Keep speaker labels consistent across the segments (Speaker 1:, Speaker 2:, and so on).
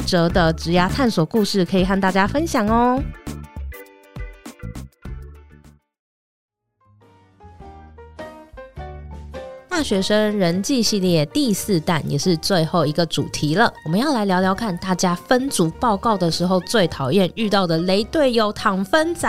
Speaker 1: 折的职涯探索故事可以和大家分享哦。大学生人际系列第四弹也是最后一个主题了，我们要来聊聊看大家分组报告的时候最讨厌遇到的雷队友躺分仔。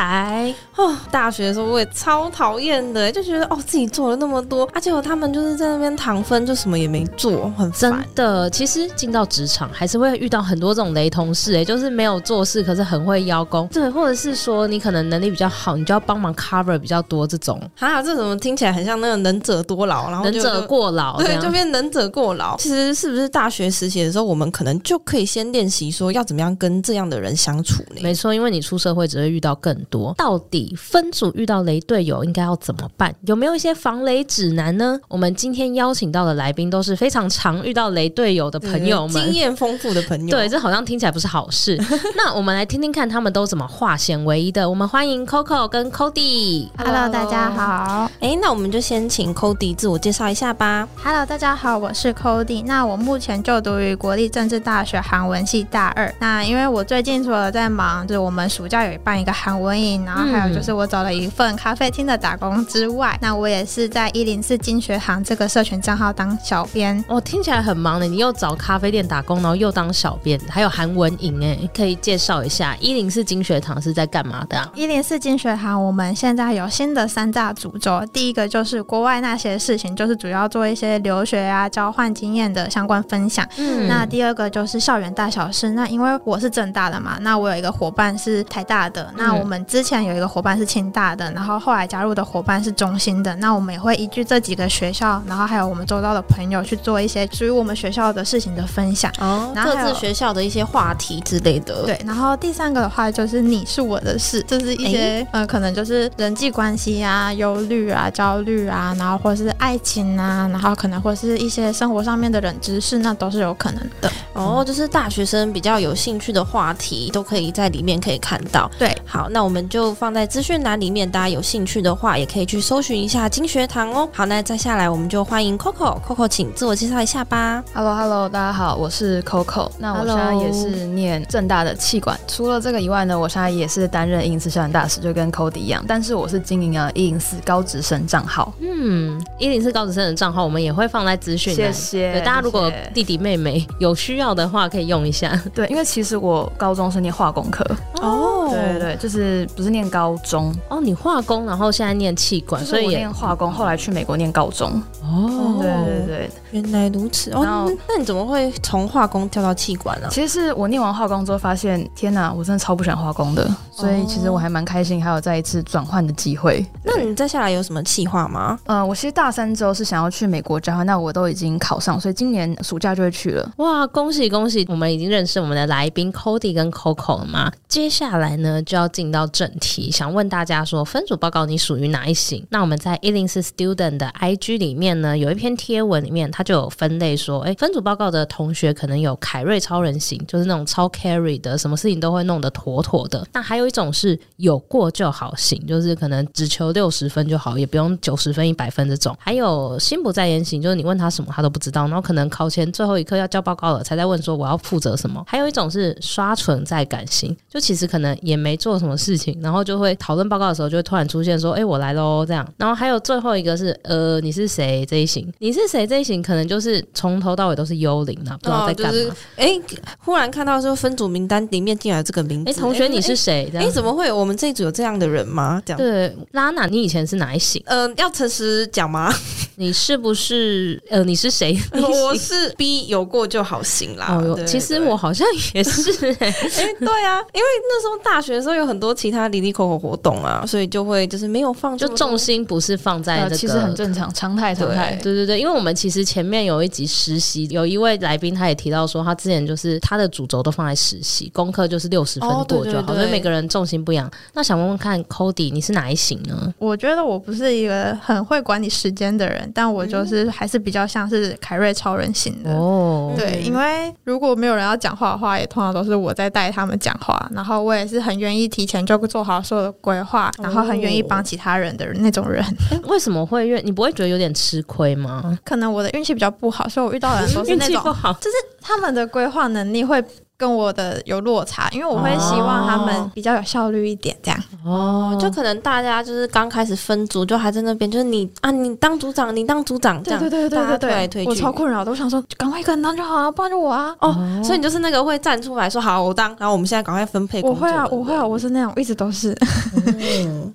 Speaker 2: 哦，大学的时候我也超讨厌的，就觉得哦自己做了那么多，而且我他们就是在那边躺分，就什么也没做，很
Speaker 1: 真
Speaker 2: 烦。
Speaker 1: 的，其实进到职场还是会遇到很多这种雷同事、哎，就是没有做事，可是很会邀功，对，或者是说你可能能力比较好，你就要帮忙 cover 比较多这种，
Speaker 2: 哈，这怎么听起来很像那个能者多劳，然后
Speaker 1: 能
Speaker 2: 就
Speaker 1: 者过劳这
Speaker 2: 对，就
Speaker 1: 样。
Speaker 2: 变能者过劳。其实是不是大学实习的时候，我们可能就可以先练习说要怎么样跟这样的人相处呢？
Speaker 1: 没错，因为你出社会只会遇到更多。到底分组遇到雷队友应该要怎么办？有没有一些防雷指南呢？我们今天邀请到的来宾都是非常常遇到雷队友的
Speaker 2: 对
Speaker 1: 朋友
Speaker 2: 经
Speaker 1: 们。
Speaker 2: 验丰富的朋友，
Speaker 1: 对，，这好像听起来不是好 事。那我们来听听看他们都怎么化险为夷的。我们欢迎 Coco 跟 Cody。
Speaker 3: Hello，大家好。
Speaker 2: 哎，那我们就先请 Cody 自我介绍一下吧。
Speaker 3: Hello，大家好，我是 Cody。那我目前就读于国立政治大学韩文系大二。那因为我最近除了在忙，就是我们暑假有办一个韩文营，然后还有就是我找了一份咖啡厅的打工之外，那我也是在一零四金学堂这个社群账号当小编。
Speaker 1: 哦，听起来很忙的，你又找咖啡店打工，然后又当小编，还有韩文营哎，可以介绍一下一零四金学堂是在干嘛的、啊？
Speaker 3: 一零四金学堂，我们现在有新的三大主轴，第一个就是国外那些事情，就是主要做一些留学啊、交换经验的相关分享。
Speaker 1: 嗯
Speaker 3: 那第二个就是校园大小事。那因为我是正大的嘛，那我有一个伙伴是台大的，那我们之前有一个伙伴是清大的，然后后来加入的伙伴是中心的。那我们也会依据这几个学校，然后还有我们周遭的朋友去做一些属于我们学校的事情的分享。
Speaker 2: 哦
Speaker 3: 然后
Speaker 2: 各
Speaker 3: 还
Speaker 2: 自
Speaker 3: 有
Speaker 2: 学校的一些话题之类的。，
Speaker 3: 对，然后第三个的话就是你是我的事，就是一些、呃，可能就是人际关系啊、忧虑啊、焦虑啊，然后或是爱情啊，然后可能或是一些生活上面的冷知识，那都是有可能的。
Speaker 2: 哦，就是大学生比较有兴趣的话题，都可以在里面可以看到。
Speaker 3: 对，
Speaker 2: 好，那我们就放在资讯栏里面，大家有兴趣的话，也可以去搜寻一下金学堂哦。好，那再下来我们就欢迎 Coco，Coco 请自我介绍一下吧。
Speaker 4: Hello Hello，大家好，我是 Coco。那我
Speaker 2: Hello
Speaker 4: 现在也是念正大的气管。除了这个以外呢，我现在也是担任营私校园大使，就跟 Cody 一样，但是我是经营了一零四高职生账号。
Speaker 1: 嗯，一零四高职生的账号我们也会放在资讯
Speaker 4: 谢
Speaker 1: 栏。
Speaker 4: 谢
Speaker 1: 对，大家如果
Speaker 4: 谢谢
Speaker 1: 弟弟妹妹有需要的话，可以用一下。
Speaker 4: 对，因为其实我高中是念化工科，
Speaker 2: 哦
Speaker 4: 对对对，就是不是念高中，
Speaker 1: 哦，你化工，然后现在念气管，
Speaker 4: 就是
Speaker 1: 所
Speaker 4: 我
Speaker 1: 以也
Speaker 4: 念化工，后来去美国念高中。
Speaker 1: 哦，
Speaker 4: 对对对，
Speaker 2: 原来如此哦
Speaker 4: 然后
Speaker 2: 那那你怎么会从化工跳到气管呢、啊
Speaker 4: 其实是我念完化工之后发现，天哪，我真的超不喜欢化工的，所以其实我还蛮开心，还有再一次转换的机会。
Speaker 2: 那你再下来有什么计划吗？
Speaker 4: 呃，我其实大三之后是想要去美国交换，那我都已经考上，所以今年暑假就会去了。
Speaker 1: 哇，恭喜恭喜！我们已经认识我们的来宾 Cody 跟 Coco 了嘛？接下来呢，就要进到正题，想问大家说，分组报告你属于哪一型？那我们在一零四 Student 的 IG 里面呢，有一篇贴文里面，它就有分类说，哎，分组报告的同学可能有凯瑞超人型，就是那种超 carry 的，什么事情都会弄得妥妥的。那还有一种是有过就好型，就是可能只求六十分就好，也不用九十分、一百分这种。还有心不在焉型，就是你问他什么他都不知道，然后可能考前最后一刻要交报告了，才在问说我要负责什么。还有一种是刷存在感型，就其实可能也没做什么事情，然后就会讨论报告的时候就会突然出现说，哎、我来喽这样。然后还有最后一个是呃你是谁这一型，你是谁这一型可能就是从头到尾都是幽灵啊，不知道在
Speaker 2: 就
Speaker 1: 干嘛。
Speaker 2: 是哎、忽然看到说分组名单里面竟然有这个名字，
Speaker 1: 哎、同学
Speaker 2: 诶
Speaker 1: 你
Speaker 2: 诶
Speaker 1: 是谁？啊嗯这
Speaker 2: 哎、
Speaker 1: 样
Speaker 2: 怎么会有我们这一组有这样的人吗？这样
Speaker 1: 对，拉娜，你以前是哪一型？
Speaker 2: 呃，要诚实讲吗？
Speaker 1: 你是不是呃你是谁？
Speaker 2: 我是 B 有过就好行啦。
Speaker 1: 哦
Speaker 2: 对
Speaker 1: 哟，其实我好像 也是、欸，
Speaker 2: 对哎、对啊，因为那时候大学的时候有很多其他离离口口活动啊，所以就会就是没有放
Speaker 1: 就
Speaker 2: 这么多
Speaker 1: 重心不是放
Speaker 2: 啊
Speaker 1: 哎在这个，
Speaker 4: 其实很正常，常态常态。
Speaker 1: 对对对，因为我们其实前面有一集实习，有一位来宾他也提到说，他之前就是他的主轴都放在实习，功课就是六十分
Speaker 2: 哦对
Speaker 1: 过就
Speaker 2: 对
Speaker 1: 好，
Speaker 2: 对
Speaker 1: 所以每个人重心不一样。那想问问看，Cody 你是哪一型呢？
Speaker 3: 我觉得我不是一个很会管理时间的人，但我就是还是比较像是凯瑞超人型的。
Speaker 1: 哦，
Speaker 3: 对，因为如果没有人要讲话的话，也通常都是我在带他们讲话，然后我也是很愿意提前就做好所有的规划，然后很愿意帮其他人的那种 人。
Speaker 1: 诶为什么会愿你不会觉得有点吃亏吗？
Speaker 3: 可能我的运气比较不好，所以我遇到的人都是
Speaker 1: 运
Speaker 3: 啊那
Speaker 1: 气
Speaker 3: 种
Speaker 1: 不好，
Speaker 3: 他们的规划能力会跟我的有落差，因为我会希望他们比较有效率一点，这样。
Speaker 1: 哦
Speaker 2: 就可能大家就是刚开始分组，就还在那边，就是你啊，你当组长，你当组长这样，大家推来推去，
Speaker 3: 我超困扰的，我想说赶快一个人当就好啊，不然就我 啊。
Speaker 2: 哦。所以你就是那个会站出来说好，我当，然后我们现在赶快分配
Speaker 3: 我
Speaker 2: 工作
Speaker 3: 会
Speaker 2: 的人。
Speaker 3: 啊，我会啊，我是那种一直都是。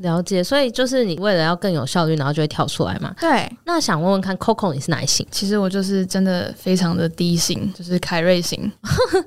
Speaker 1: 了解，所以就是你为了要更有效率，然后就会跳出来嘛。
Speaker 3: 对，
Speaker 1: 那想问问看，Coco 你是哪一型？
Speaker 4: 其实我就是真的非常的低型，就是凯瑞型，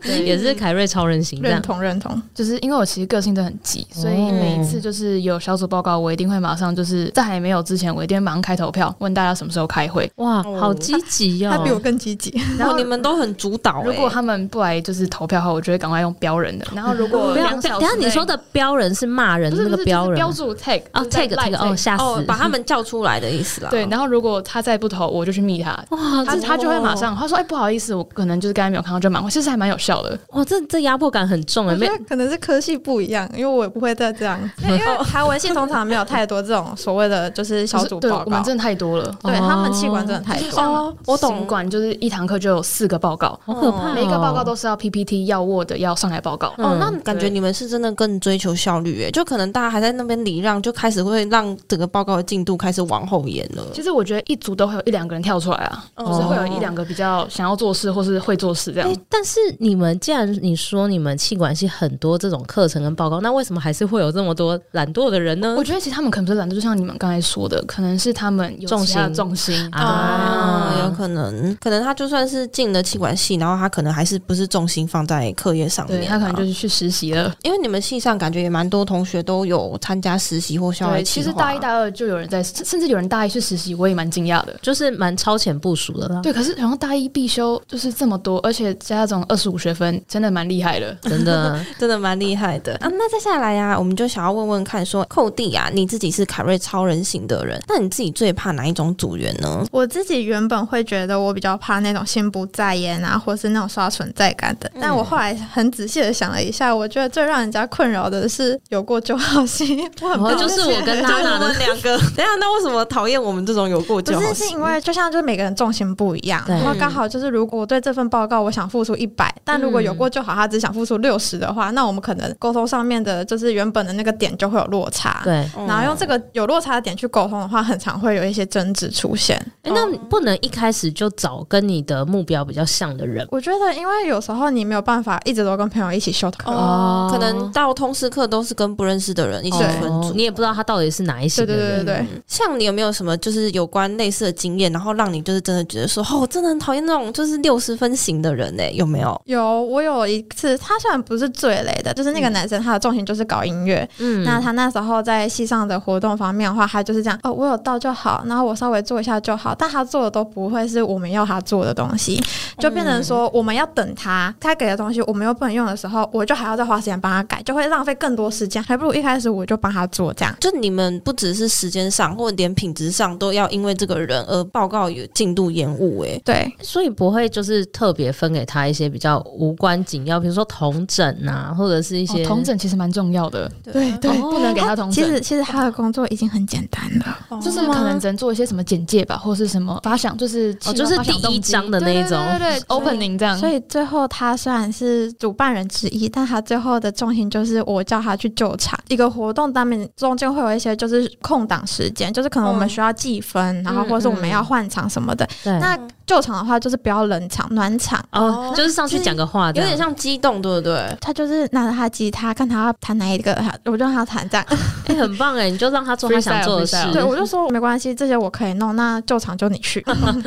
Speaker 2: 嗯
Speaker 1: 也是凯瑞超人型这
Speaker 3: 认
Speaker 1: 样。
Speaker 3: 同认同。
Speaker 4: 就是因为我其实个性都很急，所以
Speaker 1: 哦
Speaker 4: 每一次就是有小组报告，我一定会马上就是在还没有之前，我一定会马上开投票，问大家什么时候开会。
Speaker 1: 哇，
Speaker 2: 哦
Speaker 1: 好积极哦！
Speaker 3: 他比我更积 极，
Speaker 2: 然哦后你们都很主导、欸。
Speaker 4: 如果他们不来就是投票的话，我就会赶快用标人的。然后如果
Speaker 1: 不要，
Speaker 4: 两
Speaker 1: 不要等
Speaker 4: 小时
Speaker 1: 一下你说的标人是骂人
Speaker 4: 不
Speaker 1: 的
Speaker 4: 是
Speaker 1: 那
Speaker 4: 不
Speaker 1: 个
Speaker 4: 是
Speaker 1: 标
Speaker 4: 就是
Speaker 1: 人
Speaker 4: 标
Speaker 1: 吗
Speaker 4: 注 tag
Speaker 1: 哦
Speaker 4: 就是在
Speaker 1: tag 这
Speaker 4: line
Speaker 1: 个哦，吓
Speaker 2: 哦
Speaker 1: 死，，
Speaker 2: 把他们叫出来的意思啦。
Speaker 4: 对，然后如果他再不投，我就去密他。
Speaker 1: 哇，
Speaker 4: 他
Speaker 1: 这
Speaker 4: 他就会马上，他说：“哎、不好意思，我可能就是刚才没有看到，就蛮，其实还蛮有效的。
Speaker 1: 哇这这压迫感很重哎，
Speaker 3: 我
Speaker 1: 没
Speaker 3: 觉得可能是科系不一样，因为我也不会再这样。因为韩文系通常没有太多这 种所谓的就是小组
Speaker 4: 对，
Speaker 3: 报
Speaker 4: 我
Speaker 3: 告
Speaker 4: 们，真的太多了。
Speaker 3: 对
Speaker 1: 哦
Speaker 3: 他们气管真的太多了。
Speaker 2: 哦，我懂
Speaker 4: 尽。管就是一堂课就有四个报告，
Speaker 1: 好可怕哦，
Speaker 4: 每一个报告都是要 PPT，要 Word，要上台报告。
Speaker 2: 哦，那
Speaker 1: 嗯
Speaker 2: 感觉
Speaker 4: 对
Speaker 2: 你们是真的更追求效率欸诶，就可能大家还在那边礼让，就开始会让整个报告的进度开始往后延了。
Speaker 4: 其实我觉得一组都会有一两个人跳出来啊，就是会有一两个比较想要做事或是会做事这样
Speaker 1: 哎。，但是你们既然你说你们气管系很多这种课程跟报告，那为什么还是会有这么多懒惰的人呢
Speaker 4: 我？觉得其实他们可能不是懒惰，就像你们刚才说的，可能是他们有
Speaker 1: 重
Speaker 4: 其他的
Speaker 1: 心
Speaker 4: 重心
Speaker 2: 啊，有
Speaker 1: 啊，
Speaker 2: 可能，可能他就算是进了气管系，然后他可能还是不是重心放在课业上面、啊
Speaker 4: 对他可能就是去实习了。
Speaker 2: 因为你们系上感觉也蛮多同学都有参加实习或校外
Speaker 4: 对，
Speaker 2: 企
Speaker 4: 其
Speaker 2: 划啊
Speaker 4: 实大一、大二就有人在，甚甚至有人大一去实习，我也蛮惊讶的。
Speaker 1: 就是蛮超前部署的啦。
Speaker 4: 对，可是好像大一必修就是这么多，而且加上二十五学分，真的蛮厉害的。
Speaker 1: 真的，
Speaker 2: 真的蛮厉害的啊。那再下来呀、我们就想要问问看说寇弟啊，你自己是凯瑞超人型的人，那你自己最怕哪一种组员呢？
Speaker 3: 我自己原本会觉得我比较怕那种心不在焉啊，或是那种刷存在感的，但我后来很仔细的想了一下，我觉得最让人家困扰的是有过就好心，我很
Speaker 1: 然后
Speaker 3: 怕
Speaker 1: 哦就是我跟娜娜的
Speaker 2: 们两个， 等一下，那为什么讨厌我们这种有过
Speaker 3: 不
Speaker 2: 就好
Speaker 3: 是，嗯是因为就像就是每个人重心不一样，
Speaker 1: 对
Speaker 3: 然后刚好就是如果我对这份报告我想付出一百，但如果有过就好，他只想付出六十的话，那我们可能沟通上面的就是原本的那个点就会有落差。
Speaker 1: 对，
Speaker 2: 然
Speaker 3: 然
Speaker 2: 后
Speaker 3: 后
Speaker 2: 用
Speaker 3: 用
Speaker 2: 这
Speaker 3: 这个有落差的点去沟通的话，很常会有一些争执出现。
Speaker 1: 哎那不能一开始就找跟你的目标比较像的人。
Speaker 3: 我觉得，因为有时候你没有办法一直都跟朋友一起修课，
Speaker 2: 哦
Speaker 1: 哦，
Speaker 2: 可能到通识课都是跟不认识的人一起分组，
Speaker 1: 哦，你也不知道他到底是哪一
Speaker 3: 对
Speaker 1: 型的
Speaker 3: 对
Speaker 1: 人。
Speaker 3: 对对对，嗯
Speaker 2: 像你有没有什么就是有关类似的经验，然后让你就是真的觉得说，哦，我真的很讨厌那种就是六十分型的人呢、欸有没有？
Speaker 3: 有我有一次，他虽然不是最雷的，就是那个男生他的重心就是搞音乐，
Speaker 1: 嗯
Speaker 3: 那他那时候在系上的活动方面的话，他就是这样，哦，我有到就好，然后我稍微做一下就好，但他做的都不会是我们要他做的东西，
Speaker 4: 嗯
Speaker 3: 就变成说我们要等他，他给的东西我们又不能用的时候，我就还要再花时间帮他改，就会浪费更多时间，还不如一开始我就帮他做这样。
Speaker 2: 就你们不只是时间上，或者连品质上都要因为这个人而报告有进度延误、欸，
Speaker 3: 对，
Speaker 1: 所以不会就是特别分给他一些比较无关紧要，比如说同诊啊，或者是一些、
Speaker 4: 哦同，诊其实蛮重要的，
Speaker 2: 对
Speaker 4: 对，不能给他同
Speaker 3: 其
Speaker 4: 诊。
Speaker 3: 实其实他的工作已经很简单了，
Speaker 4: 就是可
Speaker 2: 哦
Speaker 4: 能只能做一些什么简介吧，或是什么发想，就是
Speaker 1: 哦就是第一章的那一种
Speaker 4: 对对对对对，opening 这样。
Speaker 3: 所以最后他虽然是主办人之一，但他最后的重心就是我叫他去救场。一个活动当面中间会有一些就是空档时间，就是可能我们
Speaker 2: 嗯
Speaker 3: 需要计分，然后或者是我们要换场什么的。
Speaker 2: 啊
Speaker 1: 对，
Speaker 3: 那救场的话就是不要冷场，暖场。
Speaker 1: 哦
Speaker 2: 哦，
Speaker 1: 就是上去讲个话这
Speaker 2: 有
Speaker 1: 样，
Speaker 2: 点像激动，对不 对？
Speaker 3: 他就是拿着他的吉他，看他要弹哪一个，他我就让他弹这样。
Speaker 1: 哎、很棒哎，你就让他做他想做的事。
Speaker 4: Freestyle，freestyle
Speaker 3: 对，我就说没关系，这些我可以弄，那救场就你去。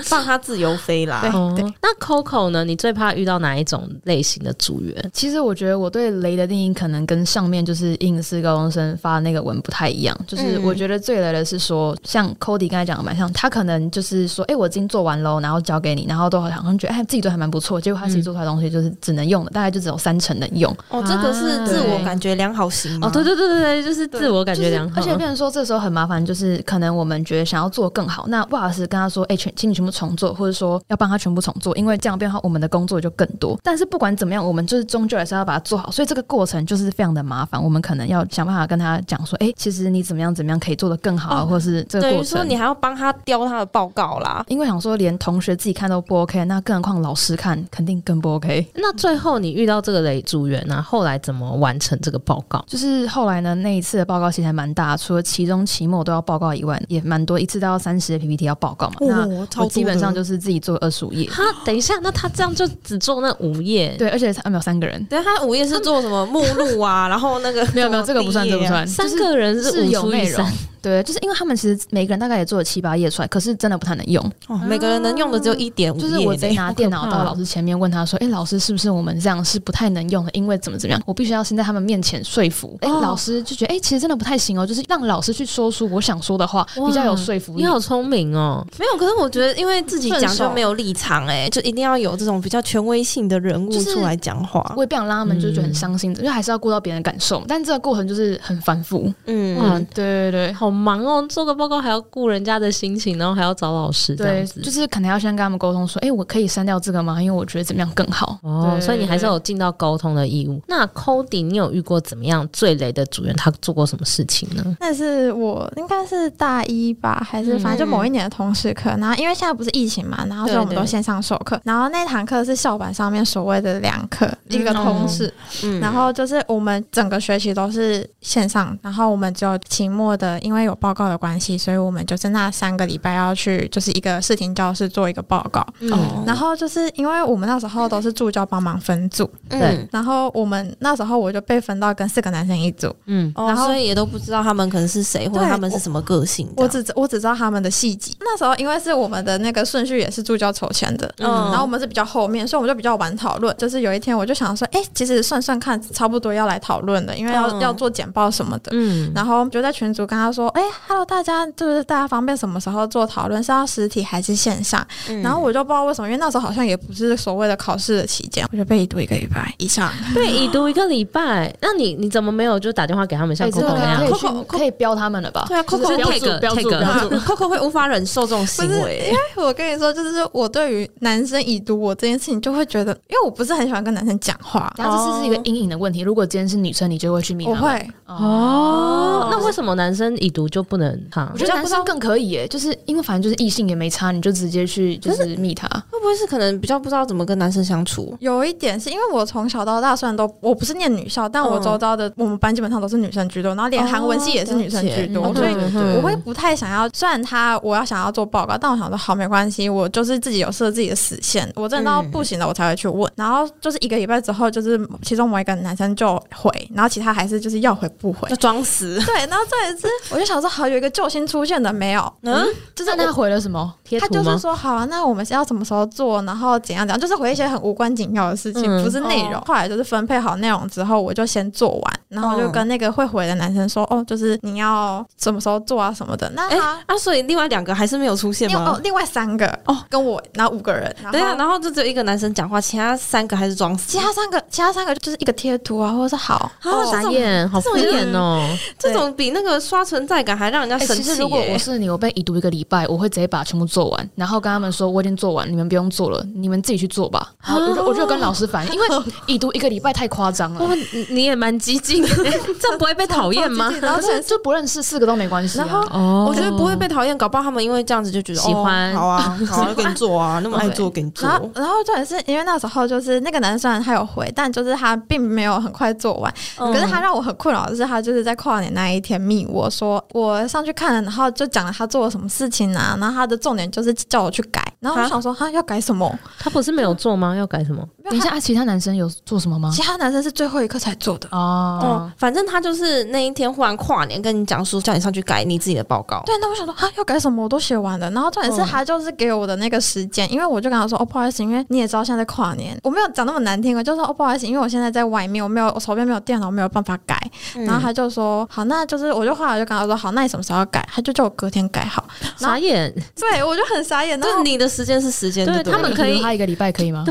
Speaker 2: 放他自由飞啦。
Speaker 1: 哦
Speaker 3: 对，
Speaker 1: 那 Coco 呢？你最怕遇到哪一种类型的组员？
Speaker 4: 其实我觉得我对雷的定义可能跟上面就是应试高中生发的那个文不太一样，就是
Speaker 2: 嗯
Speaker 4: 我觉得最雷的是说，像 Cody 刚才讲的蛮像，他可能就是说，哎、我已经做完喽，然后交给你，然后都好像觉得，哎，自己做得还蛮不错，结果他自己做出来的东西就是只能用的，大概就只有三成能用，
Speaker 2: 哦，这个是
Speaker 1: 啊
Speaker 2: 自我
Speaker 4: 对
Speaker 2: 感觉良好型吗
Speaker 1: 哦，对对对对对，就是自我感
Speaker 4: 就
Speaker 1: 觉
Speaker 4: 是
Speaker 1: 良好，
Speaker 4: 而且变成说这时候很麻烦，就是可能我们觉得想要做更好，那不好意思跟他说，哎、全请你全部重做，或者说要帮他全部重做，因为这样变化我们的工作就更多。但是不管怎么样，我们就是终究还是要把它做好，所以这个过程就是非常的麻烦，我们可能要想办法跟他讲说，哎、其实你怎么样怎么样可以做得更好，啊
Speaker 2: 哦
Speaker 4: 或是这个
Speaker 2: 等
Speaker 4: 过
Speaker 2: 于说
Speaker 4: 程
Speaker 2: 你。还要帮他雕他的报告啦。
Speaker 4: 因为想说连同学自己看都不 OK，那更何况老师看肯定更不 OK。
Speaker 1: 那最后你遇到这个雷组员呢、后来怎么完成这个报告？
Speaker 4: 就是后来呢，那一次的报告其实还蛮大，除了期中、期末都要报告以外，也蛮多，一次都要三十的 PPT 要报告嘛。那
Speaker 2: 哦，
Speaker 4: 我基本上就是是自己做二十五页，
Speaker 1: 哈，等一下，那他这样就只做那五页，
Speaker 4: 对，而且他们有三个人，
Speaker 2: 等一下他午夜是做什 么目录啊，然后那个
Speaker 4: 没有没有，这
Speaker 2: 什
Speaker 4: 个
Speaker 2: 么
Speaker 4: 不算，这个不
Speaker 2: 毕业啊
Speaker 4: 算，
Speaker 1: 三
Speaker 4: 就是
Speaker 1: 个人是
Speaker 4: 是
Speaker 1: 五
Speaker 4: 有
Speaker 1: 出一
Speaker 4: 内容
Speaker 1: 三，
Speaker 4: 对，就是因为他们其实每个人大概也做了七八页出来，可是真的不太能用。
Speaker 2: 哦，每个人能用的只有一点五
Speaker 4: 就是我
Speaker 2: 页
Speaker 4: 得
Speaker 2: 嘞。
Speaker 4: 拿电脑
Speaker 1: 好可怕
Speaker 4: 到老师前面问他说：“哎、老师是不是我们这样是不太能用的？因为怎么怎么样，我必须要先在他们面前说服。哎、
Speaker 2: 哦
Speaker 4: 老师就觉得哎、其实真的不太行哦，就是让老师去说出我想说的话，
Speaker 1: 哇
Speaker 4: 比较有说服
Speaker 1: 你
Speaker 4: 力。
Speaker 1: 好聪明哦！
Speaker 2: 没有，可是我觉得，因为自己讲
Speaker 4: 顺手
Speaker 2: 就没有立场哎、就一定要有这种比较权威性的人物
Speaker 4: 就是
Speaker 2: 出来讲话。
Speaker 4: 我也不想让他们就觉得很伤心，因为还是要顾到别人的感受嘛。但这个过程就是很反复。
Speaker 2: 嗯，
Speaker 4: 对对对。
Speaker 1: 好忙哦，做个报告还要顾人家的心情，然后还要找老师这
Speaker 4: 对，
Speaker 1: 样子，
Speaker 4: 就是可能要先跟他们沟通说，哎、我可以删掉这个吗？因为我觉得怎么样更好。
Speaker 1: 哦，
Speaker 4: 对
Speaker 1: 所以你还是有尽到沟通的义务。那 Cody，你有遇过怎么样最雷的组员？他做过什么事情呢？
Speaker 3: 但是我应该是大一吧，还
Speaker 2: 嗯
Speaker 3: 是反正就某一年的通识课。然后因为现在不是疫情嘛，然后所以我们
Speaker 2: 对对
Speaker 3: 都线上授
Speaker 2: 嗯
Speaker 3: 课。然后那堂课是校板上面所谓的两课，一个通识，
Speaker 2: 嗯
Speaker 3: 然后就是我们整个学期都是线上，然后我们只有期末的，因为有报告的关系，所以我们就是那三个礼拜要去就是一个视听教室做一个报告。
Speaker 2: 哦
Speaker 3: 然后就是因为我们那时候都是助教帮忙分组，
Speaker 2: 嗯，
Speaker 3: 然后我们那时候我就被分到跟四个男生一组，
Speaker 1: 嗯，
Speaker 2: 哦，
Speaker 3: 然后
Speaker 2: 所以也都不知道他们可能是谁，或者
Speaker 3: 对
Speaker 2: 他们是
Speaker 3: 我
Speaker 2: 什么个性这
Speaker 3: 我
Speaker 2: 样。
Speaker 3: 只我只知道他们的细节。那时候因为是我们的那个顺序也是助教筹钱的，
Speaker 2: 嗯
Speaker 3: 然后我们是比较后面，所以我们就比较晚讨论。就是有一天我就想说，哎、其实算算看，差不多要来讨论的，因为要、
Speaker 2: 嗯
Speaker 3: 要做简报什么的。
Speaker 1: 嗯，
Speaker 3: 然后就在群组跟他说：“哎、h e l l o 大家，就是大家方便什么时候做讨论，是要实体还是线上？”
Speaker 2: 嗯
Speaker 3: 然后我就不知道为什么，因为那时候好像也不是所谓的考试的期间，我就被读一个礼拜以上。
Speaker 1: 被已读一个礼拜，那你你怎么没有就打电话给他们像
Speaker 4: 哎
Speaker 1: Coco
Speaker 4: 这个
Speaker 1: 那
Speaker 4: 可
Speaker 1: 样？
Speaker 4: 以
Speaker 2: Coco-
Speaker 4: 去可以标他们了吧？
Speaker 2: 对啊
Speaker 4: 就是
Speaker 2: ，Coco
Speaker 4: 标
Speaker 1: take
Speaker 4: 注标注
Speaker 1: take
Speaker 4: 标 注。
Speaker 2: Coco 会无法忍受这种行
Speaker 3: 不是
Speaker 2: 为、
Speaker 3: 我跟你说，就是我对于男生已读我这件事情，就会觉得，因为我不是很喜欢跟男生讲话，
Speaker 4: 然后这是一个阴影的问题。如果今天是女生，你就会去密他
Speaker 3: 我
Speaker 4: 们。
Speaker 3: 会
Speaker 1: 哦，那为什么男生已读就不能哈
Speaker 4: 我？觉得男生更可以耶，就是因为反正就是异性也没差，你就直接去就是密他。
Speaker 2: 会不会是可能比较不知道怎么跟男生相处？
Speaker 3: 有一点是因为我从小到大虽然都我不是念女校，但我
Speaker 2: 嗯
Speaker 3: 周遭的我们班基本上都是女生居多，然后连韩文系也是女生居多，
Speaker 2: 哦了解
Speaker 3: 所以
Speaker 2: 嗯对对对
Speaker 3: 我会不太想要。虽然他我要想要做报告，但我想说好没关系，我就是自己有设自己的死线，我真的到
Speaker 2: 嗯
Speaker 3: 不行了我才会去问。然后就是一个礼拜之后，就是其中某一个男生就回，然后其他还是就是要回不回
Speaker 2: 就。装死。
Speaker 3: 对，然后再一次，我就想说，好有一个救星出现了没有？
Speaker 2: 嗯，
Speaker 4: 就是那他回了什么？
Speaker 1: 贴
Speaker 3: 他
Speaker 1: 图
Speaker 3: 就是
Speaker 1: 吗？
Speaker 3: 说，好、啊，那我们是要什么时候做，然后怎样怎样，就是回一些很无关紧要的事情，
Speaker 1: 嗯
Speaker 3: 不是内
Speaker 2: 哦
Speaker 3: 容。后来就是分配好内容之后，我就先做完，然后就
Speaker 2: 嗯
Speaker 3: 跟那个会回的男生说，哦，就是你要什么时候做啊什么的。那
Speaker 2: 哎、
Speaker 3: 他、
Speaker 2: 啊，所以另外两个还是没有出现
Speaker 3: 另
Speaker 2: 吗
Speaker 3: 哦？另外三个
Speaker 2: 哦
Speaker 3: 哦，跟我然后五个人，然
Speaker 2: 对啊，
Speaker 3: 后
Speaker 2: 然后就只有一个男生讲话，其他三个还是装死
Speaker 3: 其。他三个其他三个就是一个贴图啊，或者是好，
Speaker 2: 啊
Speaker 1: 哦傻眼，好敷衍哦！
Speaker 2: 这种比那个刷存在感还让人家
Speaker 4: 哎、
Speaker 2: 生
Speaker 4: 其
Speaker 2: 气、
Speaker 4: 实如果
Speaker 2: 耶
Speaker 4: 我是你，我被已读一个礼拜，我会直接把它全部做完，然后跟他们说我已经做完，你们不用做了，你们自己去做吧。然后我
Speaker 2: 啊
Speaker 4: 就我就跟老师反映，因为已读一个礼拜太夸张了
Speaker 1: 哇。，你你也蛮激进， 这样不会被讨厌吗？
Speaker 3: 然后
Speaker 4: 而且就不认识四个都没关系、啊，
Speaker 2: 然后
Speaker 1: 哦
Speaker 2: 我觉得不会被讨厌，搞不好他们因为这样子就觉得
Speaker 1: 喜欢
Speaker 2: 哦、好啊，好啊，给你做啊，那么爱做给你做
Speaker 3: 然。后，然后重点是因为那时候就是那个男生虽然他有回，但就是他并没有很快做完。可是他
Speaker 1: 嗯
Speaker 3: 让我很困扰的是，他就是在跨年那一天密我说我上去看了，然后就讲了他做了什么事情啊，然后他的重点就是叫我去改。然后我想说，哈，要改什么？
Speaker 1: 他不是没有做吗？要改什么？
Speaker 4: 等一下，啊其他男生有做什么吗
Speaker 3: 其？他男生是最后一刻才做的。
Speaker 4: 哦
Speaker 2: 哦，，反正他就是那一天忽然跨年跟你讲说，叫你上去改你自己的报告。
Speaker 3: 对，那我想说啊，要改什么我都写完了，然后重点是
Speaker 1: 嗯
Speaker 3: 他就是给我的那个时间，因为我就跟他说哦，不好意思，因为你也知道现在在跨年，我没有讲那么难听，我就说哦，不好意思，因为我现在在外面，我没有我手边没有电脑，我没有办法改。然后他就说好，那就是我就后来我就跟他说好，那你什么时候要改？他就叫我隔天改好。
Speaker 1: 傻 眼，
Speaker 3: 对，我就很傻眼，然
Speaker 2: 就是
Speaker 3: 后
Speaker 2: 你的时间是时间，
Speaker 1: 对
Speaker 2: 对
Speaker 1: 他们可以
Speaker 4: 你读他一个礼拜可以吗？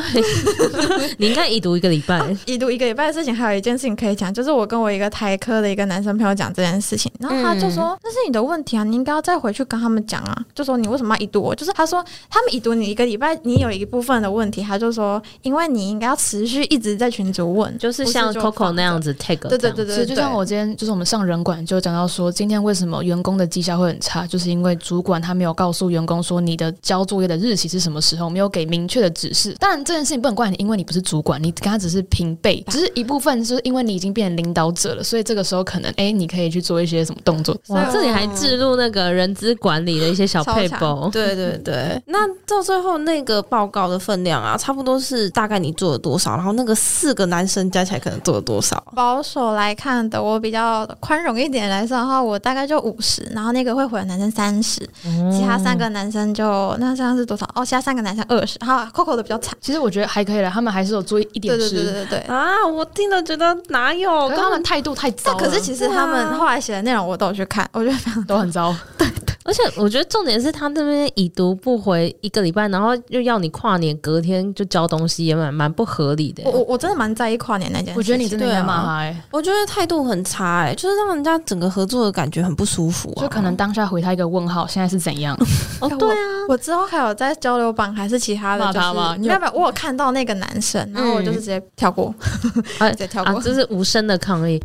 Speaker 1: 你应该已读一个礼拜。
Speaker 3: 已读一个礼拜的事情，还有一件事情可以讲，就是我跟我一个台科的一个男生朋友讲这件事情，然后他就说、那是你的问题啊，你应该要再回去跟他们讲啊，就说你为什么要已读我？就是他说他们已读你一个礼拜，你有一部分的问题，他就说因为你应该要持续一直在群组问，
Speaker 1: 就是像
Speaker 3: 不就
Speaker 1: Coco
Speaker 3: 放
Speaker 1: 那样
Speaker 3: 着。
Speaker 1: 子 take，
Speaker 3: 对对
Speaker 1: 这样
Speaker 3: 对对
Speaker 4: 是，
Speaker 3: 对，
Speaker 4: 就像我今天，就是我们上人管就讲到说，今天为什么员工的绩效会很差，就是因为主管他没有告诉员工说你的交作业的日期是什么时候，没有给明确的指示。当然这件事情不能怪你，因为你不是主管，你跟他只是平辈，只是一部分，就是因为你已经变成领导者了，所以这个时候可能哎，你可以去做一些什么动作。
Speaker 1: 哇，这里还置入那个人资管理的一些小哦
Speaker 3: 超
Speaker 1: 配
Speaker 3: 强
Speaker 1: 包。
Speaker 2: 对对对，那到最后那个报告的分量啊，差不多是大概你做了多少，然后那个四个男生加起来可能做了多少？
Speaker 3: 保守来看的，我比较宽容一点来说的话，我大概就五十，然后那个会回的男生三十、其
Speaker 1: 哦
Speaker 3: 他三个男生就那这样是多少？哦，其他三个男生二十，好，Coco 的比较惨，
Speaker 4: 其实我觉得还可以了，他们还是有做一
Speaker 3: 对
Speaker 4: 点
Speaker 3: 对
Speaker 4: 事，
Speaker 3: 对对对对，
Speaker 2: 啊，我听了觉得哪有，
Speaker 4: 可是
Speaker 2: 根
Speaker 4: 他
Speaker 2: 本
Speaker 4: 们态度太糟
Speaker 3: 但
Speaker 4: 了，
Speaker 3: 可是其实他
Speaker 2: 对
Speaker 3: 们
Speaker 2: 啊
Speaker 3: 后来写的内容我都有去看，我觉得非常
Speaker 4: 都很糟。
Speaker 1: 而且我觉得重点是他那边已读不回一个礼拜，然后又要你跨年隔天就交东西，也蛮蛮不合理的。哦
Speaker 3: 我我我真的蛮在意跨年那件事情。
Speaker 4: 我觉得你真的应该骂他、哎、
Speaker 2: 我觉得态度很差哎、就是让人家整个合作的感觉很不舒服、啊，
Speaker 4: 就可能当下回他一个问号，现在是怎样？
Speaker 1: 哦，
Speaker 3: 我
Speaker 1: 对啊，
Speaker 3: 我之后还有在交流榜还是其他的，
Speaker 4: 骂
Speaker 3: 就
Speaker 4: 他吗
Speaker 3: 是没有没有，我有看到那个男生，
Speaker 2: 嗯
Speaker 3: 然后我就是直接跳过，
Speaker 1: 哎
Speaker 3: 直接跳
Speaker 1: 啊
Speaker 3: 过。，
Speaker 1: 这是无声的抗议。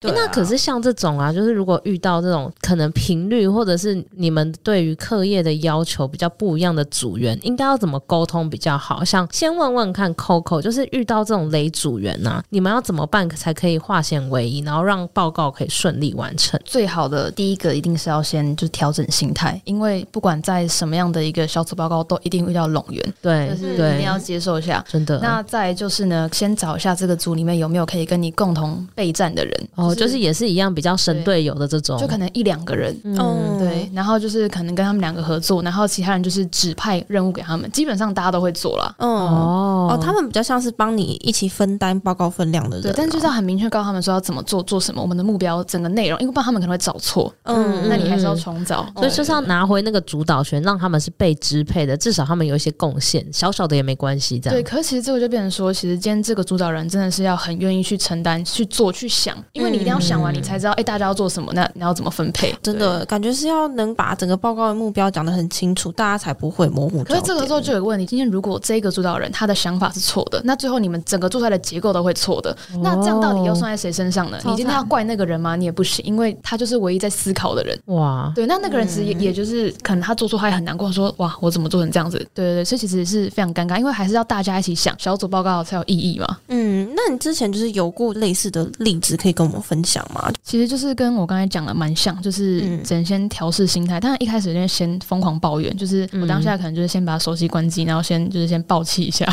Speaker 2: 对啊
Speaker 1: 诶那可是像这种啊，就是如果遇到这种可能频率或者是你们对于课业的要求比较不一样的组员，应该要怎么沟通比较好？像先问问看 Coco，就是遇到这种雷组员呢、啊，你们要怎么办才可以化险为夷，然后让报告可以顺利完成？
Speaker 4: 最好的第一个一定是要先就调整心态，因为不管在什么样的一个小组报告，都一定遇到拢员，
Speaker 1: 对
Speaker 4: 就是一定
Speaker 1: 对嗯
Speaker 4: 要，接受一下。
Speaker 1: 真的。
Speaker 4: 那再来就是呢，先找一下这个组里面有没有可以跟你共同备战的人，
Speaker 1: 哦，就是也是一样比较神队友的这种，
Speaker 4: 就可能一两个人。
Speaker 2: 嗯，
Speaker 4: 对，，然后就是可能跟他们两个合作，然后其他人就是指派任务给他们，基本上大家都会做啦。
Speaker 2: 嗯哦
Speaker 1: 哦
Speaker 2: 他们比较像是帮你一起分担报告分量的人、啊
Speaker 4: 对，但就是要很明确告诉他们说要怎么做，做什么，我们的目标、整个内容，因为不然他们可能会找错，
Speaker 2: 嗯，
Speaker 4: 那你还是要
Speaker 1: 嗯
Speaker 4: 重找。
Speaker 1: 所以就是要拿回那个主导权，让他们是被支配的，至少他们有一些贡献，小小的也没关系。这
Speaker 4: 对，
Speaker 1: 样
Speaker 4: 可是其实这个就变成说，其实今天这个主导人真的是要很愿意去承担、去做、去想，因为你一定要想完，
Speaker 1: 嗯
Speaker 4: 你才知道，哎、大家要做什么，那你要怎么分配？
Speaker 2: 真的感觉是要能把整个报告的目标讲得很清楚，大家才不会模糊焦
Speaker 4: 对。可
Speaker 2: 点。
Speaker 4: 是这个时候就有个问题，今天如果这个主导人他的想法是错的，那最后你们整个做出来的结构都会错的。那这样到
Speaker 1: 哦
Speaker 4: 底要算在谁身上呢？
Speaker 3: 超
Speaker 4: 你今天要
Speaker 3: 惨
Speaker 4: 怪那个人吗？你也不行，因为他就是唯一在思考的人。
Speaker 1: 哦哇，
Speaker 4: 对，那那个人其实也、也就是可能他做错，他也很难过，说哇，我怎么做成这样子？对对对，所以其实是非常尴尬，因为还是要大家一起想，小组报告才有意义嘛。
Speaker 2: 嗯，那你之前就是有过类似的例子可以跟我们分享吗？
Speaker 4: 其实就是跟我刚才讲的蛮像，就是
Speaker 2: 嗯
Speaker 4: 只能先调试心态。当然一开始就先疯狂抱怨，就是我当下可能就是先把手机关机，然后先就是先暴气一下，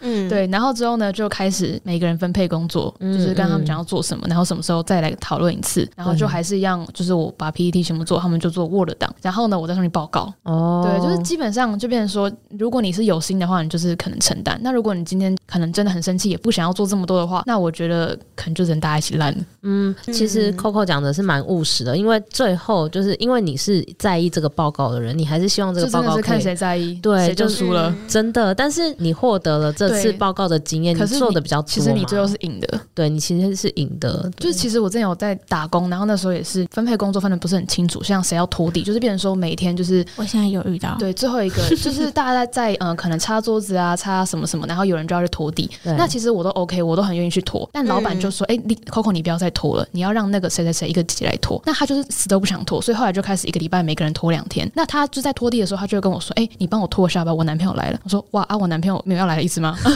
Speaker 2: 嗯，
Speaker 4: 对，然后之后呢就开始每个人分配工作，
Speaker 1: 嗯
Speaker 4: 就是跟他们讲要做什么，然后什么时候再来讨论一次，然后就还是一样，就是我把 PPT 全部做，他们就做 Word 档，然后呢我再上去报告。
Speaker 1: 哦，
Speaker 4: 对，就是基本上就变成说，如果你是有心的话，你就是可能承担；那如果你今天可能真的很生气，也不想要做这么多的话，那我觉得可能就只能大家一起烂。
Speaker 1: 嗯，其实 Coco 讲的是蛮务实的，因为最后就是因为你是在意这个报告的人，你还是希望这
Speaker 4: 就
Speaker 1: 个报
Speaker 4: 真的
Speaker 1: 告
Speaker 4: 是
Speaker 1: 可
Speaker 4: 看
Speaker 1: 以。
Speaker 4: 谁在意，
Speaker 1: 对
Speaker 4: 谁就
Speaker 1: 就是
Speaker 4: 输了。
Speaker 1: 真的，但是你获得了这次
Speaker 4: 对
Speaker 1: 报告的经验，
Speaker 4: 可是你
Speaker 1: 做的比较多嘛。
Speaker 4: 其实你最后是赢的，
Speaker 1: 对你其实是赢的，
Speaker 4: 就是其实我之前有在打工，然后那时候也是分配工作分的不是很清楚，像谁要拖地，就是变成说每天就是
Speaker 3: 我现在有遇到，
Speaker 4: 对最后一个就是大家在呃可能擦桌子啊，擦什么什么，然后有人就要去拖地。
Speaker 1: 对
Speaker 4: 那其实我都 OK，我都很愿意去拖，但老板就说：“哎、你 Coco，你不要再拖了，你要让那个谁谁谁一个姐姐来拖。”那他就是死都不想拖，所以后来就开始一个礼拜每个人拖两天。那他就在拖地的时候，他就会跟我说：“哎、你帮我拖一下吧，我男朋友来了。”我说：“哇啊，我男朋友没有要来的意思吗？”
Speaker 2: 啊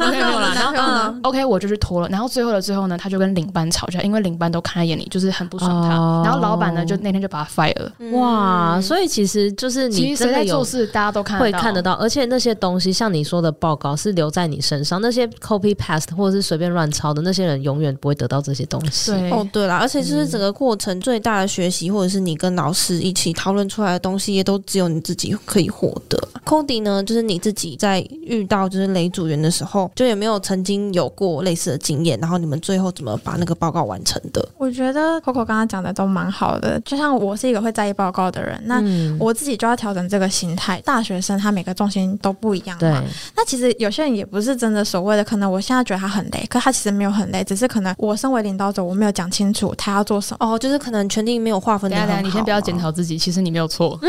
Speaker 4: 我没有啦。然后
Speaker 2: 嗯，
Speaker 4: OK，我就是拖了。然后最后的最后呢，他就跟领班吵架，因为领班都看在眼里，就是很不爽他。
Speaker 1: 哦
Speaker 4: 然后老板呢，就那天就把他 fire 了。
Speaker 2: 嗯
Speaker 1: 哇，所以其实就是
Speaker 4: 嗯其
Speaker 1: 你
Speaker 4: 实谁
Speaker 1: 真的
Speaker 4: 在
Speaker 1: 有
Speaker 4: 做事，大家都看
Speaker 1: 会看得
Speaker 4: 到。
Speaker 1: 到，而且那些东西像你说的报告是留在你身上，那些 copy paste 或者是随便乱抄的那些人永远不会得到这些东西。
Speaker 4: 对，
Speaker 2: 哦，对啦，而且就是整个过程最大的学习，或者是你跟老师一起讨论出来的东西，也都只有你自己可以获得。Cody 呢，就是你自己在遇到就是雷组员的时候，就有没有曾经有过类似的经验？然后你们最后怎么把那个报告完成的？
Speaker 3: 我觉得 Coco 刚刚讲的都蛮好的，就像我是一个会在意报告的人，那
Speaker 1: 嗯
Speaker 3: 我自己就要调整这个心态。大学生他每个重心都不一样
Speaker 1: 对
Speaker 3: 嘛，那其实有些人也不是真的所谓的，可能我现在觉得他很累，可他其实没有很累，只是可能我身为领导者，我没有讲清楚他要做什么。
Speaker 2: 哦，就是可能全定没有划分
Speaker 4: 等
Speaker 2: 的
Speaker 4: 一下
Speaker 2: 很
Speaker 4: 等
Speaker 2: 好、啊
Speaker 4: 一下，啊你先不要检。讨自己，其实你没有 错。
Speaker 1: 嗯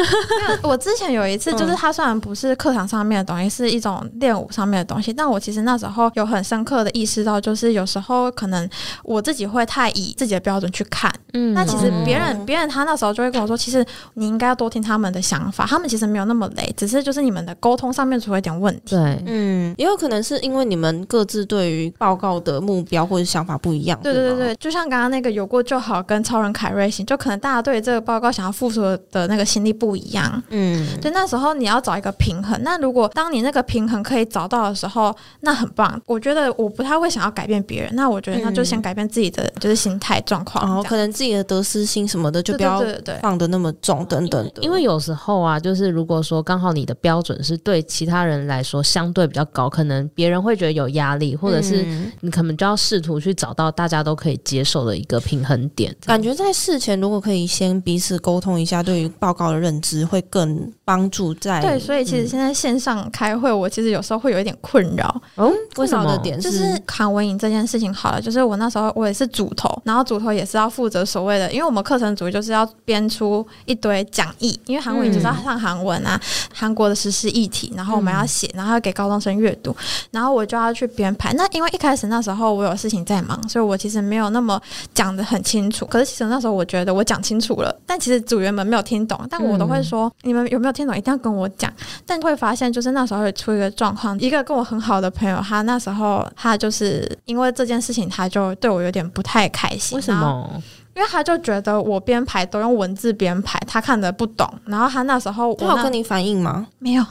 Speaker 3: 我之前有一次，就是他虽然不是课堂上面的东西，是一种练舞上面的东西，但我其实那时候有很深刻的意识到，就是有时候可能我自己会太以自己的标准去看，
Speaker 1: 嗯
Speaker 3: 那其实别
Speaker 2: 嗯
Speaker 3: 人别人他那时候就会跟我说，其实你应该要多听他们的想法，他们其实没有那么累，只是就是你们的沟通上面出了一点问题。
Speaker 1: 对。
Speaker 2: 嗯，也有可能是因为你们各自对于报告的目标或者想法不一样。
Speaker 3: 对对对
Speaker 2: 吗
Speaker 3: 对，就像刚刚那个有过就好跟超人凯瑞型，就可能大家对这个报告想要付出的那个心力不一样。
Speaker 2: 嗯，
Speaker 3: 对，那时候你要找一个平衡。那如果当你那个平衡可以找到的时候，那很棒。我觉得我不太会想要改变别人，那我觉得那就先
Speaker 2: 嗯
Speaker 3: 改变自己的就是心态状况。
Speaker 2: 然后
Speaker 3: 这样
Speaker 2: 可能自己的得失心什么的就
Speaker 3: 对
Speaker 2: 不要
Speaker 3: 对对对
Speaker 2: 放的那么重，等等的
Speaker 1: 因为有时候啊，就是如果说刚好你的标准是对其他人来说相对比较高，可能别人会觉得有压力，或者是
Speaker 2: 嗯
Speaker 1: 你可能就要试图去找到大家都可以接受的一个平衡点。
Speaker 2: 感觉在事前，如果可以先彼此沟通一下对于报告的认知，会更帮助在
Speaker 3: 对，所以
Speaker 2: 嗯
Speaker 3: 其实现在线上开会，我其实有时候会有一点困扰，
Speaker 1: 哦，为
Speaker 2: 困
Speaker 1: 什
Speaker 2: 扰
Speaker 1: 么
Speaker 2: 嗯的？点
Speaker 3: 就是扛文影这件事情好了，就是我那时候我也是主头，然后主头也是要负责所谓的，因为我们课程组就是要编出一堆讲义，因为韩文影就是要上韩文啊，韩国的时事议题，然后我们要写，然后要给高中生阅读，然后我就要去编排。那因为一开始那时候我有事情在忙，所以我其实没有那么讲的很清楚。可是其实那时候我觉得我讲清楚了，但其实组员们没有听懂，但我都会说、你们有没有听懂，一定要跟我讲。但会发现，就是那时候有出一个状况，一个跟我很好的朋友，他那时候他就是因为这件事情，他就对我有点不太开心。
Speaker 1: 为什
Speaker 3: 然后
Speaker 1: 么？
Speaker 3: 因为他就觉得我编排都用文字编排，他看得不懂。然后他那时候我
Speaker 2: 他有
Speaker 3: 那
Speaker 2: 跟你反映吗？
Speaker 3: 没有，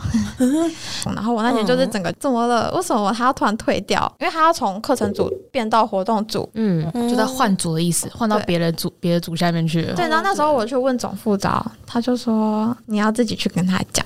Speaker 3: 然后我那天就是整个怎么了？为什么他要突然退掉？因为他要从课程组变到活动组。
Speaker 1: 嗯，
Speaker 2: 就
Speaker 4: 就在换组的意思，换到
Speaker 3: 对
Speaker 4: 别的组别的组下面去了。
Speaker 2: 哦
Speaker 3: 对，然后那时候我去问总副招，他就说你要自己去跟他讲。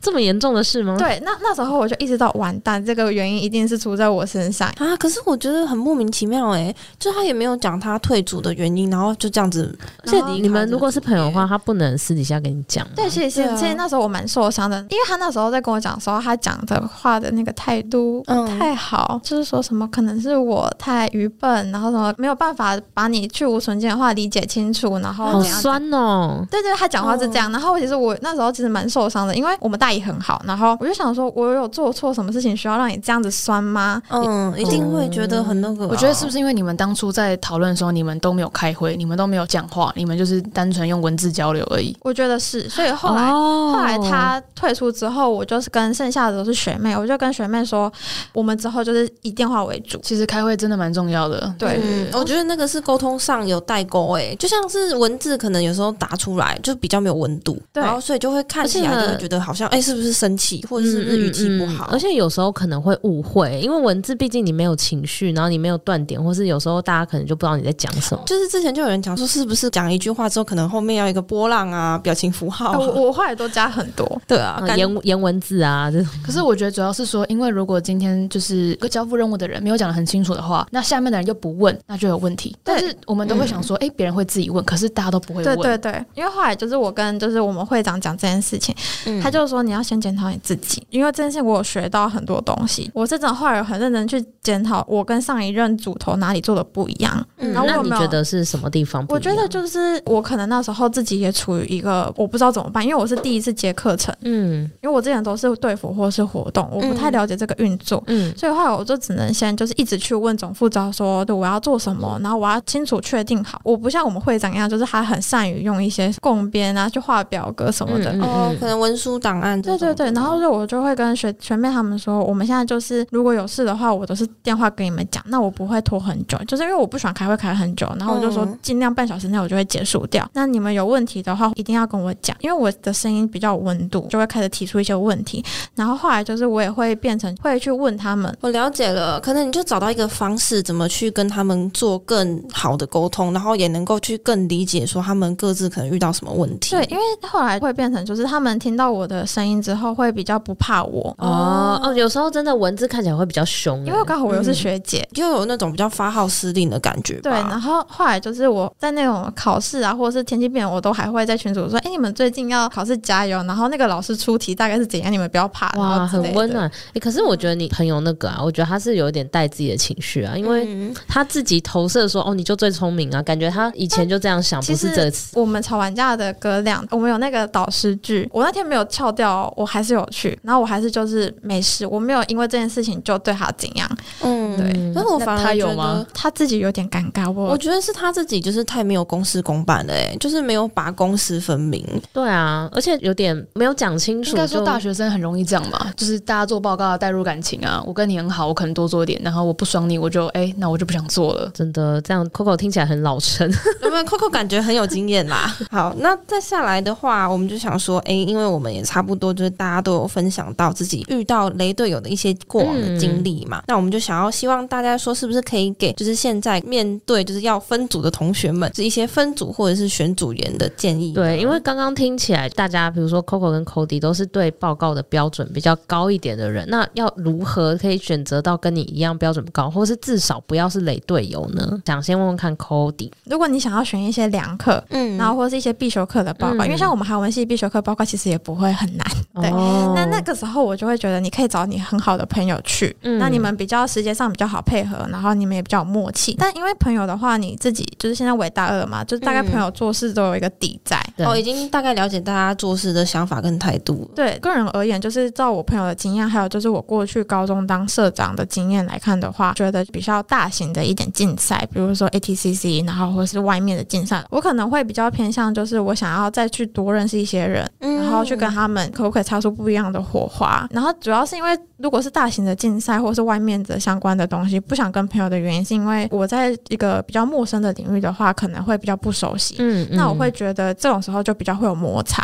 Speaker 1: 这么严重的事吗？
Speaker 3: 对，那那时候我就意识到完蛋，这个原因一定是出在我身上。
Speaker 2: 啊！可是我觉得很莫名其妙哎、就他也没有讲他退组的原因，然后就这样子。
Speaker 1: 而且
Speaker 3: 然后
Speaker 1: 你们如果是朋友的话，他不能私底下跟你讲吗。
Speaker 3: 对，其实其实、
Speaker 2: 对啊
Speaker 3: 其实那时候我蛮受伤的，因为他那时候在跟我讲的时候，他讲的话的那个态度不
Speaker 2: 嗯
Speaker 3: 太好，就是说什么可能是我太愚笨，然后什么没有办法把你去无存菁的话理解清楚，然后
Speaker 1: 好
Speaker 3: 怎样
Speaker 1: 酸哦。
Speaker 3: 对对，他讲话是这
Speaker 2: 哦
Speaker 3: 样。然后其实我那时候其实蛮受伤的，因为我们大姨很好，然后我就想说，我有做错什么事情需要让你这样子酸吗？
Speaker 2: 嗯，一定会觉得很那个啊、
Speaker 4: 我觉得是不是因为你们当初在讨论的时候，你们都没有开会，你们都没有讲话，你们就是单纯用文字交流而已。
Speaker 3: 我觉得是，所以后来。
Speaker 1: 哦
Speaker 3: 后来他退出之后，我就是跟剩下的都是学妹，我就跟学妹说，我们之后就是以电话为主。
Speaker 4: 其实开会真的蛮重要的。
Speaker 3: 对
Speaker 2: 嗯，我觉得那个是沟通上有代沟哎、就像是文字可能有时候打出来就比较没有温度，
Speaker 3: 对
Speaker 2: 然后所以就会看起
Speaker 1: 而
Speaker 2: 来
Speaker 1: 且
Speaker 2: 就会觉得好像哎、是不是生气，或者
Speaker 3: 嗯
Speaker 2: 是不是语气不好？
Speaker 1: 而嗯且有时候可能会误会，因为文字毕竟你没有情绪，然后你没有断点，或是有时候大家可能就不知道你在讲什么。
Speaker 2: 就是之前就有人讲说，是不是讲一句话之后，可能后面要一个波浪啊、表情符号、
Speaker 3: 啊、我嗯
Speaker 2: 啊？
Speaker 3: 我后来都加很多，
Speaker 2: 对啊，
Speaker 1: 啊
Speaker 2: 感
Speaker 1: 言言文字啊，这种
Speaker 4: 可是我觉得主要是说，因为如果今天就是个交付任务的人没有讲的很清楚的话，那下面的人就不问，那就有问题。但是我们都会想说，哎、别人会自己问，可是大家都不会
Speaker 3: 对
Speaker 4: 问。
Speaker 3: 对对，因为后来就是我跟就是我们会长讲这件事情，
Speaker 2: 嗯
Speaker 3: 他就说你要先检讨你自己，因为这件事情我有学到很多东西。我是真的后来有很认真去检讨我跟上一任组头哪里做的不一样。
Speaker 2: 嗯
Speaker 3: 然后我
Speaker 1: 那
Speaker 3: 有
Speaker 1: 你
Speaker 3: 没有
Speaker 1: 觉得是什么地方不一
Speaker 3: 我
Speaker 1: 样？
Speaker 3: 觉得就是我可能那时候自己也处于一个我不知道怎么办，因为我是第一次接课程，
Speaker 1: 嗯
Speaker 3: 因为我之前都是对服或是活动，我不太
Speaker 2: 嗯
Speaker 3: 了解这个运作。
Speaker 1: 嗯
Speaker 3: 所以后来我就只能先就是一直去问总副招说，对我要做什
Speaker 1: 嗯
Speaker 3: 么，然后我要清楚确定好。我不像我们会长一样，就是他很善于用一些共编啊去画表格什么的。
Speaker 1: 嗯
Speaker 2: 哦
Speaker 1: 嗯，
Speaker 2: 可能文书档案这
Speaker 3: 对
Speaker 2: 种
Speaker 3: 对对，然后就我就会跟学学妹他们说，我们现在就是如果有事的话，我都是电话给你们讲，那我不会拖很久，就是因为我不喜欢开会开很久，然后我就说
Speaker 1: 哦
Speaker 2: 嗯
Speaker 3: 尽量半小时内我就会结束掉。那你们有问题的话，一定要跟我讲，因为我的声音比较有温度，就会开始提出一些问题。然后后来就是我也会变成会去问他们，
Speaker 2: 我了解了，可能你就找到一个方式，怎么去跟他们做更好的沟通，然后也能够去更理解说他们各自可能遇到什么问题。
Speaker 3: 对，因为后来会变成就是他们听到我的声音之后会比较不怕我，
Speaker 1: 哦哦，有时候真的文字看起来会比较凶欸，
Speaker 3: 因为刚好我又是
Speaker 2: 嗯
Speaker 3: 学姐。
Speaker 2: 就有那种比较发号施令的感觉
Speaker 3: 对，
Speaker 2: 吧。
Speaker 3: 然后后来就是我在那种考试啊，或者是天气变，我都还会在群组说：“哎，你们最近要考试加油。”然后那个老师出题大概是怎样，你们不要怕。然后
Speaker 1: 哇，
Speaker 3: 之
Speaker 1: 很
Speaker 3: 类的
Speaker 1: 温。暖。诶，可是我觉得你朋友那个啊，我觉得他是有点带自己的情绪啊，因为
Speaker 2: 嗯
Speaker 1: 他自己投射说哦，你就最聪明啊，感觉他以前就这样想，
Speaker 3: 其
Speaker 1: 不是
Speaker 3: 实
Speaker 1: 这次。
Speaker 3: 我们吵完架的隔两，我们有那个导师剧，我那天没有翘掉哦，我还是有去，然后我还是就是没事，我没有因为这件事情就对他怎样，
Speaker 2: 嗯
Speaker 3: 对
Speaker 1: 嗯
Speaker 2: 但是我反
Speaker 4: 那他
Speaker 2: 而
Speaker 4: 有
Speaker 2: 觉
Speaker 4: 吗
Speaker 2: 得。
Speaker 3: 他自己有点尴尬。我
Speaker 2: 我觉得是他自己就是太没有公私公办了、欸，就是没有把公私分明。
Speaker 1: 对啊，而且有点没有讲清楚，
Speaker 4: 应该说
Speaker 1: 就
Speaker 4: 大学生很容易这样吧，就是大家做报告带入感情啊，我跟你很好，我可能多做一点，然后我不爽你，我就哎、那我就不想做了。
Speaker 1: 真的这样，Coco 听起来很老 成。
Speaker 2: 有没有 Coco 感觉很有经验啦？好，那再下来的话，我们就想说，诶，因为我们也差不多，就是大家都有分享到自己遇到雷队友的一些过往的经历嘛。那我们就想要希望大家说，是不是可以给就是现在面对就是要分组的同学们，是一些分组或者是选组员的建议呢？
Speaker 1: 对，因为刚刚听起来，大家比如说 Coco 跟 Cody 都是对报告的标准比较高一点的人，那要如何可以选择到跟你一样标准高，或是至少不要是雷队友
Speaker 3: 嗯
Speaker 1: 呢？想先问问看 Cody，
Speaker 3: 如果你想要选一些良课，
Speaker 2: 嗯，
Speaker 3: 然后或是一些必修课的报告，
Speaker 1: 嗯
Speaker 3: 因为像我们韩文系必修课报告其实也不会很难。对
Speaker 1: 哦
Speaker 3: 那那个时候我就会觉得你可以找你很好的朋友去，
Speaker 1: 嗯
Speaker 3: 那你们比较时间上比较好配合，然后你们也比较有默契。但因为朋友的话，你自己就是现在为大二嘛，就是大概
Speaker 2: 嗯
Speaker 3: 朋友做事都有一个底在。
Speaker 1: 对
Speaker 2: 哦，已经大概了解大家做事的想法跟态度了。
Speaker 3: 对个人而言，就是照我朋友的经验，还有就是我过去高中当社长的经验来看的话，觉得比较大型的一点竞赛，比如说 ATCC，然后或是外面的竞赛，我可能会比较偏向就是我想要再去多认识一些人，
Speaker 2: 嗯
Speaker 3: 然后去跟他们可不可以擦出不一样的火花。然后主要是因为如果是大型的竞赛或是外面的相关的东西，不想跟朋友的原因是因为我在一个比较陌生的领域的话，可能会比较不熟悉。
Speaker 1: 嗯
Speaker 3: 那我会觉得这种时候就比较会有摩擦，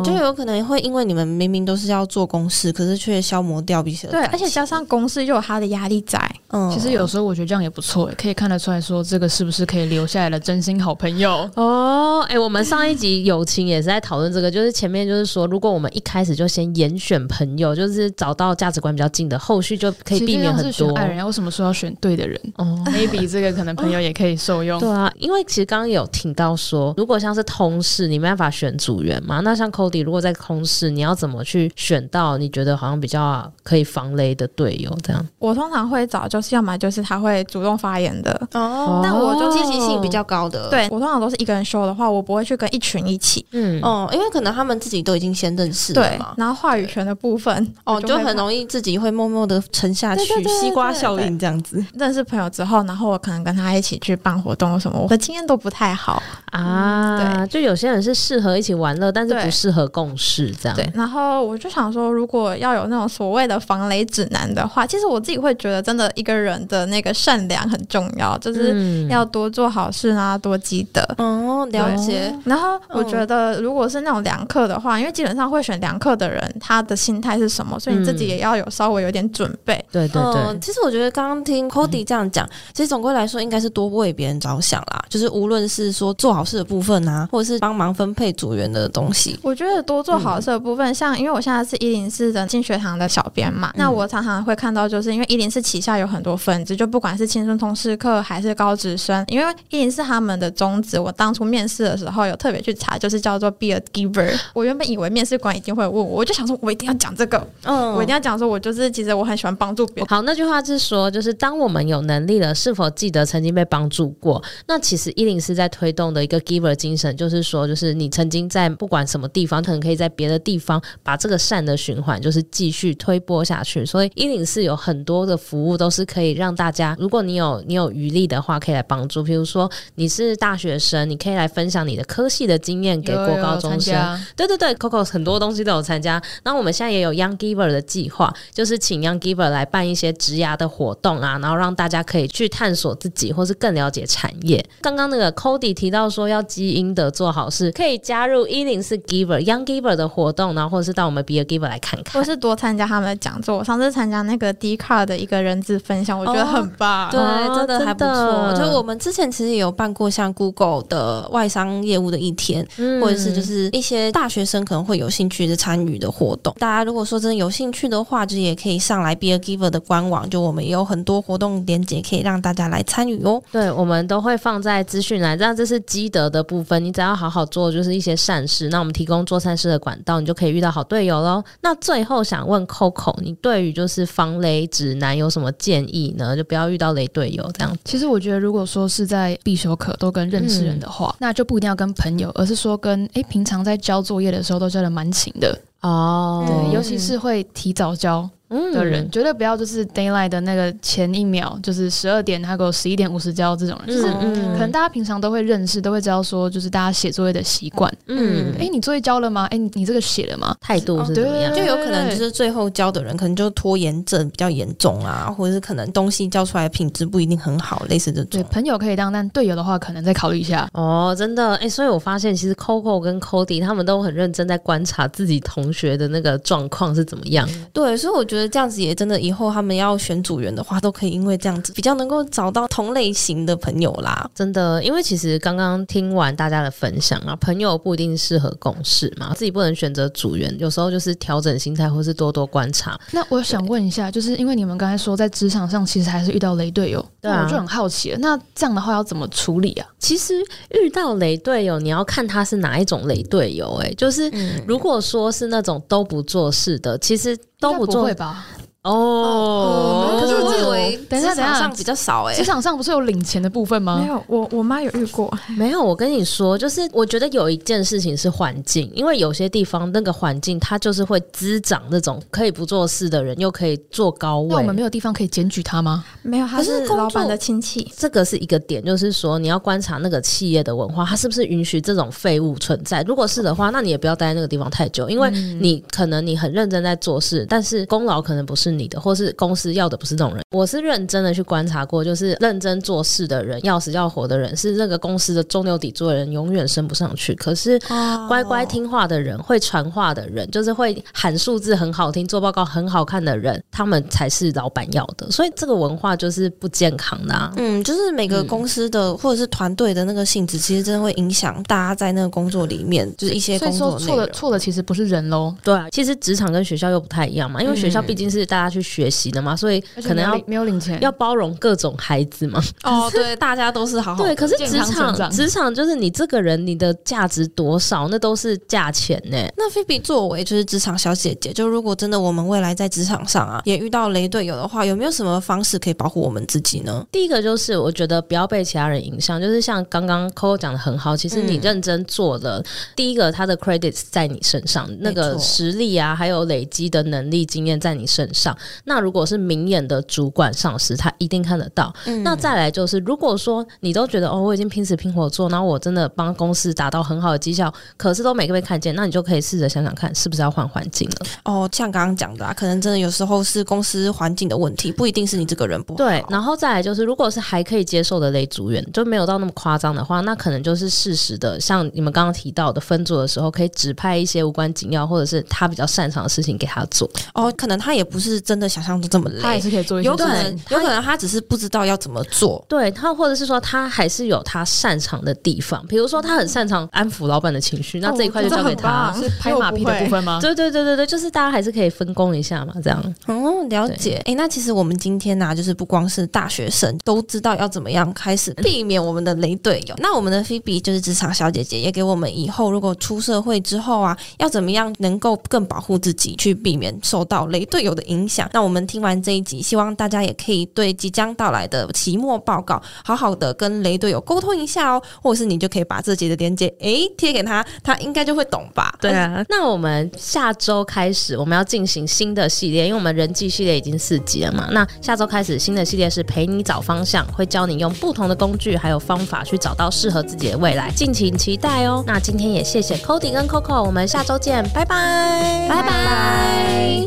Speaker 2: 哦，，就有可能会因为你们明明都是要做公事，可是却消磨掉彼此的
Speaker 3: 对，
Speaker 2: 感
Speaker 3: 而且
Speaker 2: 情
Speaker 3: 加上公司又有他的压力在，
Speaker 2: 嗯
Speaker 4: 其实有时候我觉得这样也不错，可以看得出来说这个是不是可以留下来的真心好朋友。
Speaker 1: 哦，哎、我们上一集友情也是在讨论这个，就是前面就是说，如果我们一开始就先严选朋友，就是找到价值观比较近的，后续就可以避免很
Speaker 4: 其实要
Speaker 1: 多
Speaker 4: 是选。爱人，为什么说要选对的人
Speaker 1: 哦，
Speaker 4: ？maybe 这个可能朋友也可以受用。
Speaker 1: 对啊，因为其实刚刚有听到说，如果像是同事，你没办法选组员嘛，那像 Cody 如果在同事，你要怎么去选到你觉得好像比较可以防雷的队友这样？
Speaker 3: 我通常会找就是要么就是他会主动发言的，
Speaker 2: 哦，
Speaker 1: 但
Speaker 2: 但
Speaker 1: 我
Speaker 2: 我
Speaker 1: 就
Speaker 2: 就积极性比较高的，
Speaker 3: 对我通常都是一个人修的话，我不会去跟一群一起。
Speaker 1: 嗯，
Speaker 2: 哦，因为可能他们自己都已经先认识了
Speaker 3: 对
Speaker 2: 嘛，，
Speaker 3: 然后话语权的部分，
Speaker 2: 哦，就
Speaker 3: 会
Speaker 2: 很容易自己会默默的沉下去
Speaker 3: 对对，对
Speaker 2: 西瓜
Speaker 3: 对
Speaker 2: 效
Speaker 3: 对
Speaker 2: 应这样子。
Speaker 3: 认识朋友之后，然后我可能跟他一起去办活动或什么，我的经验都不太好。
Speaker 1: 啊，就有些人是适合一起玩乐，但是不
Speaker 3: 对
Speaker 1: 适合共事这样。
Speaker 3: 对，然后我就想说，如果要有那种所谓的防雷指南的话，其实我自己会觉得，真的一个人的那个善良很重要，就是
Speaker 1: 嗯
Speaker 3: 要多做好事啊，多积德。
Speaker 2: 哦，了解。
Speaker 3: 然后我
Speaker 2: 嗯
Speaker 3: 觉得，如果是那种良课的话，因为基本上会选良课的人，他的心态是什么，所以你自己
Speaker 1: 嗯
Speaker 3: 也要有稍微有点准备。
Speaker 1: 对对对，嗯
Speaker 2: 嗯，其实我觉得刚刚听 Cody 这样讲，其实总归来说应该是多为别人着想啦，就是无论是说做好好事的部分啊，或者是帮忙分配组员的东西。
Speaker 3: 我觉得多做
Speaker 2: 嗯
Speaker 3: 好事的部分，像因为我现在是一零四的进学堂的小编
Speaker 2: 嗯
Speaker 3: 嘛，那我常常会看到，就是因为一零四旗下有很多分支，就不管是青春通识课还是高职生，因为一零四他们的宗旨，我当初面试的时候有特别去查，就是叫做 be a giver。我原本以为面试官一定会问我，我就想说我一定要讲这个，
Speaker 2: 嗯
Speaker 3: 我一定要讲说我就是其实我很喜欢帮助 别人。
Speaker 1: 好，那句话是说，就是当我们有能力了，是否记得曾经被帮助过？那其实一零四在推动的一个 giver 精神，就是说，就是你曾经在不管什么地方，可能可以在别的地方把这个善的循环，就是继续推波下去。所以一零四有很多的服务都是可以让大家，如果你有你有余力的话，可以来帮助。比如说你是大学生，你可以来分享你的科系的经验给国高中生。对对对，Coco 很多东西都有参加。然后我们现在也有 Young Giver 的计划，就是请 Young Giver 来办一些职涯的活动啊，然后让大家可以去探索自己，或是更了解产业。刚刚那个 Cody 提到说要基因的做好事，可以加入一零四 Giver Young Giver 的活动，然后或者是到我们 Be a Giver 来看看
Speaker 3: 或。是多参加他们的讲座。我上次参加那个 D 卡的一个人资分享，我觉得很棒。
Speaker 2: 对
Speaker 1: 哦，
Speaker 2: 啊真的还不错。
Speaker 1: 真的
Speaker 2: 就我们之前其实也有办过像 Google 的外商业务的一天，
Speaker 1: 嗯
Speaker 2: 或者是就是一些大学生可能会有兴趣的参与的活动。大家如果说真的有兴趣的话，就是也可以上来 Be a Giver 的官网，就我们也有很多活动连接可以让大家来参与哦。
Speaker 1: 对，我们都会放在资讯栏，那这是积德的部分。你只要好好做，就是一些善事。那我们提供做善事的管道，你就可以遇到好队友喽。那最后想问 Coco，你对于就是防雷指南有什么建议呢？就不要遇到雷队友这样。
Speaker 4: 其实我觉得，如果说是在必修课都跟认识人的话，那就不一定要跟朋友，而是说跟诶平常在交作业的时候都交的蛮勤的，
Speaker 1: 哦
Speaker 4: 对，尤其是会提早交
Speaker 1: 嗯
Speaker 4: 的人，绝对不要就是 d a y l i g h t 的那个前一秒，就是十二点他给我十一点五十交这种人，就是
Speaker 2: 嗯
Speaker 4: 可能大家平常都会认识，都会知道说就是大家写作业的习惯。
Speaker 1: 嗯
Speaker 4: 诶，你作业交了吗？诶，你你这个写了吗？
Speaker 1: 态度是怎么样？
Speaker 2: 就
Speaker 4: 对
Speaker 2: 有可能就是最后交的人，可能就拖延症比较严重啊，或者是可能东西交出来的品质不一定很好，类似这
Speaker 4: 对，
Speaker 2: 种。
Speaker 4: 朋友可以当，但队友的话可能再考虑一下。
Speaker 1: 哦，真的哎、所以我发现其实 Coco 跟 Cody 他们都很认真在观察自己同学的那个状况是怎么样。
Speaker 2: 对，所以我觉得这样子也真的，以后他们要选组员的话，都可以因为这样子比较能够找到同类型的朋友啦。
Speaker 1: 真的，因为其实刚刚听完大家的分享啊，朋友不一定适合共事嘛，自己不能选择组员，有时候就是调整心态，或是多多观察。
Speaker 4: 那我想问一下，就是因为你们刚才说在职场上其实还是遇到雷队友，
Speaker 1: 对啊
Speaker 4: 那我就很好奇了，那这样的话要怎么处理啊？
Speaker 1: 其实遇到雷队友，你要看他是哪一种雷队友、欸，
Speaker 4: 嗯
Speaker 1: 就是
Speaker 2: 嗯
Speaker 1: 如果说是那种都不做事的，其实都
Speaker 4: 应该不
Speaker 1: 做
Speaker 4: 会吧？
Speaker 1: 哦
Speaker 4: 哦。可是我以为
Speaker 2: 等
Speaker 4: 等一
Speaker 2: 一下，
Speaker 4: 下等一
Speaker 2: 场
Speaker 4: 下
Speaker 2: 上比较少哎、
Speaker 4: 职场上不是有领钱的部分
Speaker 3: 没
Speaker 2: 哦
Speaker 4: 吗？
Speaker 3: 有，我我妈有遇过，
Speaker 1: 没有，我跟你说，就是我觉得有一件事情是环境，因为有些地方那个环境它就是会滋长那种可以不做事的人，又可以做高位。
Speaker 4: 那我
Speaker 2: 哎
Speaker 4: 们没有地方可以检举他吗？
Speaker 3: 没有，她
Speaker 2: 可是工
Speaker 3: 是
Speaker 2: 作
Speaker 3: 老板的亲戚。
Speaker 1: 这个是一个点，就是说你要观察那个企业的文化，它是不是允许这种废物存在。如果是的话，那你也不要待在那个地方太久，因为你可能你很认真在做事，但是功劳可能不是你的，或是公司要的不是那种人。我是认真的去观察过，就是认真做事的人，要死要活的人，是那个公司的中流砥柱的人，永远升不上去。可
Speaker 2: 哦
Speaker 1: 是乖乖听话的人，会传话的人，就是会喊数字很好听、做报告很好看的人，他们才是老板要的。所以这个文化就是不健康的、啊。
Speaker 2: 嗯，就是每个公司的、或者是团队的那个性质，其实真的会影响大家在那个工作里面，就是一些
Speaker 4: 所
Speaker 2: 工
Speaker 4: 以说
Speaker 2: 作内
Speaker 4: 错
Speaker 2: 容
Speaker 4: 的。错的其实不是人喽，
Speaker 1: 对啊，其实职场跟学校又不太一样嘛，因为学校毕竟是大家去学习的嘛，所以可能
Speaker 4: 嗯而且没有
Speaker 1: 要
Speaker 4: 领没有领钱，
Speaker 1: 要包容各种孩子嘛。
Speaker 2: 哦，对，大家都是好好
Speaker 1: 对，可是
Speaker 4: 哦健
Speaker 1: 职
Speaker 4: 康成
Speaker 1: 场
Speaker 4: 长
Speaker 1: 职场就是你这个人你的价值多少，那都是价钱呢、
Speaker 2: 那菲比作为就是职场小姐姐，就如果真的我们未来在职场上啊也遇到雷队友的话，有没有什么方式可以保护我们自己呢？
Speaker 1: 第一个就是我觉得不要被其他人影响，就是像刚刚 Coco 讲的很好，其实你
Speaker 2: 嗯
Speaker 1: 认真做了，第一个他的 credits 在你身上，那个
Speaker 2: 错
Speaker 1: 实力啊，还有累积的能力经验在你身上。那如果是明眼的主管上司，他一定看得到。
Speaker 2: 嗯
Speaker 1: 那再来就是，如果说你都觉得哦，我已经拼死拼活做，然后我真的帮公司达到很好的绩效，可是都没被看见，那你就可以试着想想看，是不是要换环境了？
Speaker 2: 哦，像刚刚讲的、啊，可能真的有时候是公司环境的问题，不一定是你这个人不好。
Speaker 1: 对，然后再来就是，如果是还可以接受的类组员，就没有到那么夸张的话，那可能就是适时的，像你们刚刚提到的分组的时候，可以指派一些无关紧要或者是他比较擅长的事情给他做。
Speaker 2: 哦，可能他也不是真的想象中这么
Speaker 4: 他也
Speaker 2: 累，
Speaker 4: 是可以做一些
Speaker 2: 有可
Speaker 4: 事
Speaker 2: 能
Speaker 4: 情
Speaker 2: 有可能他只是不知道要怎么做。
Speaker 1: 对他，或者是说他还是有他擅长的地方，比如说他很擅长安抚老板的情绪，那这一块就交给他。
Speaker 3: 哦
Speaker 4: 是拍马屁的部分吗？
Speaker 1: 对对对对对，就是大家还是可以分工一下嘛，这样。
Speaker 2: 哦，了解。诶，那其实我们今天呢、就是不光是大学生都知道要怎么样开始避免我们的雷队友。那我们的菲比就是职场小姐姐，也给我们以后如果出社会之后啊，要怎么样能够更保护自己，去避免受到雷队友的影响。那我们听完这一集，希望大家也可以对即将到来的期末报告好好的跟雷队友沟通一下哦，或者是你就可以把自己的链接诶贴给他，他应该就会懂吧？
Speaker 1: 对啊，那我们下周开始我们要进行新的系列，因为我们人际系列已经四集了嘛。那下周开始新的系列是陪你找方向，会教你用不同的工具还有方法去找到适合自己的未来，敬请期待哦。那今天也谢谢 Cody 跟 Coco，我们下周见，拜拜，
Speaker 2: 拜拜。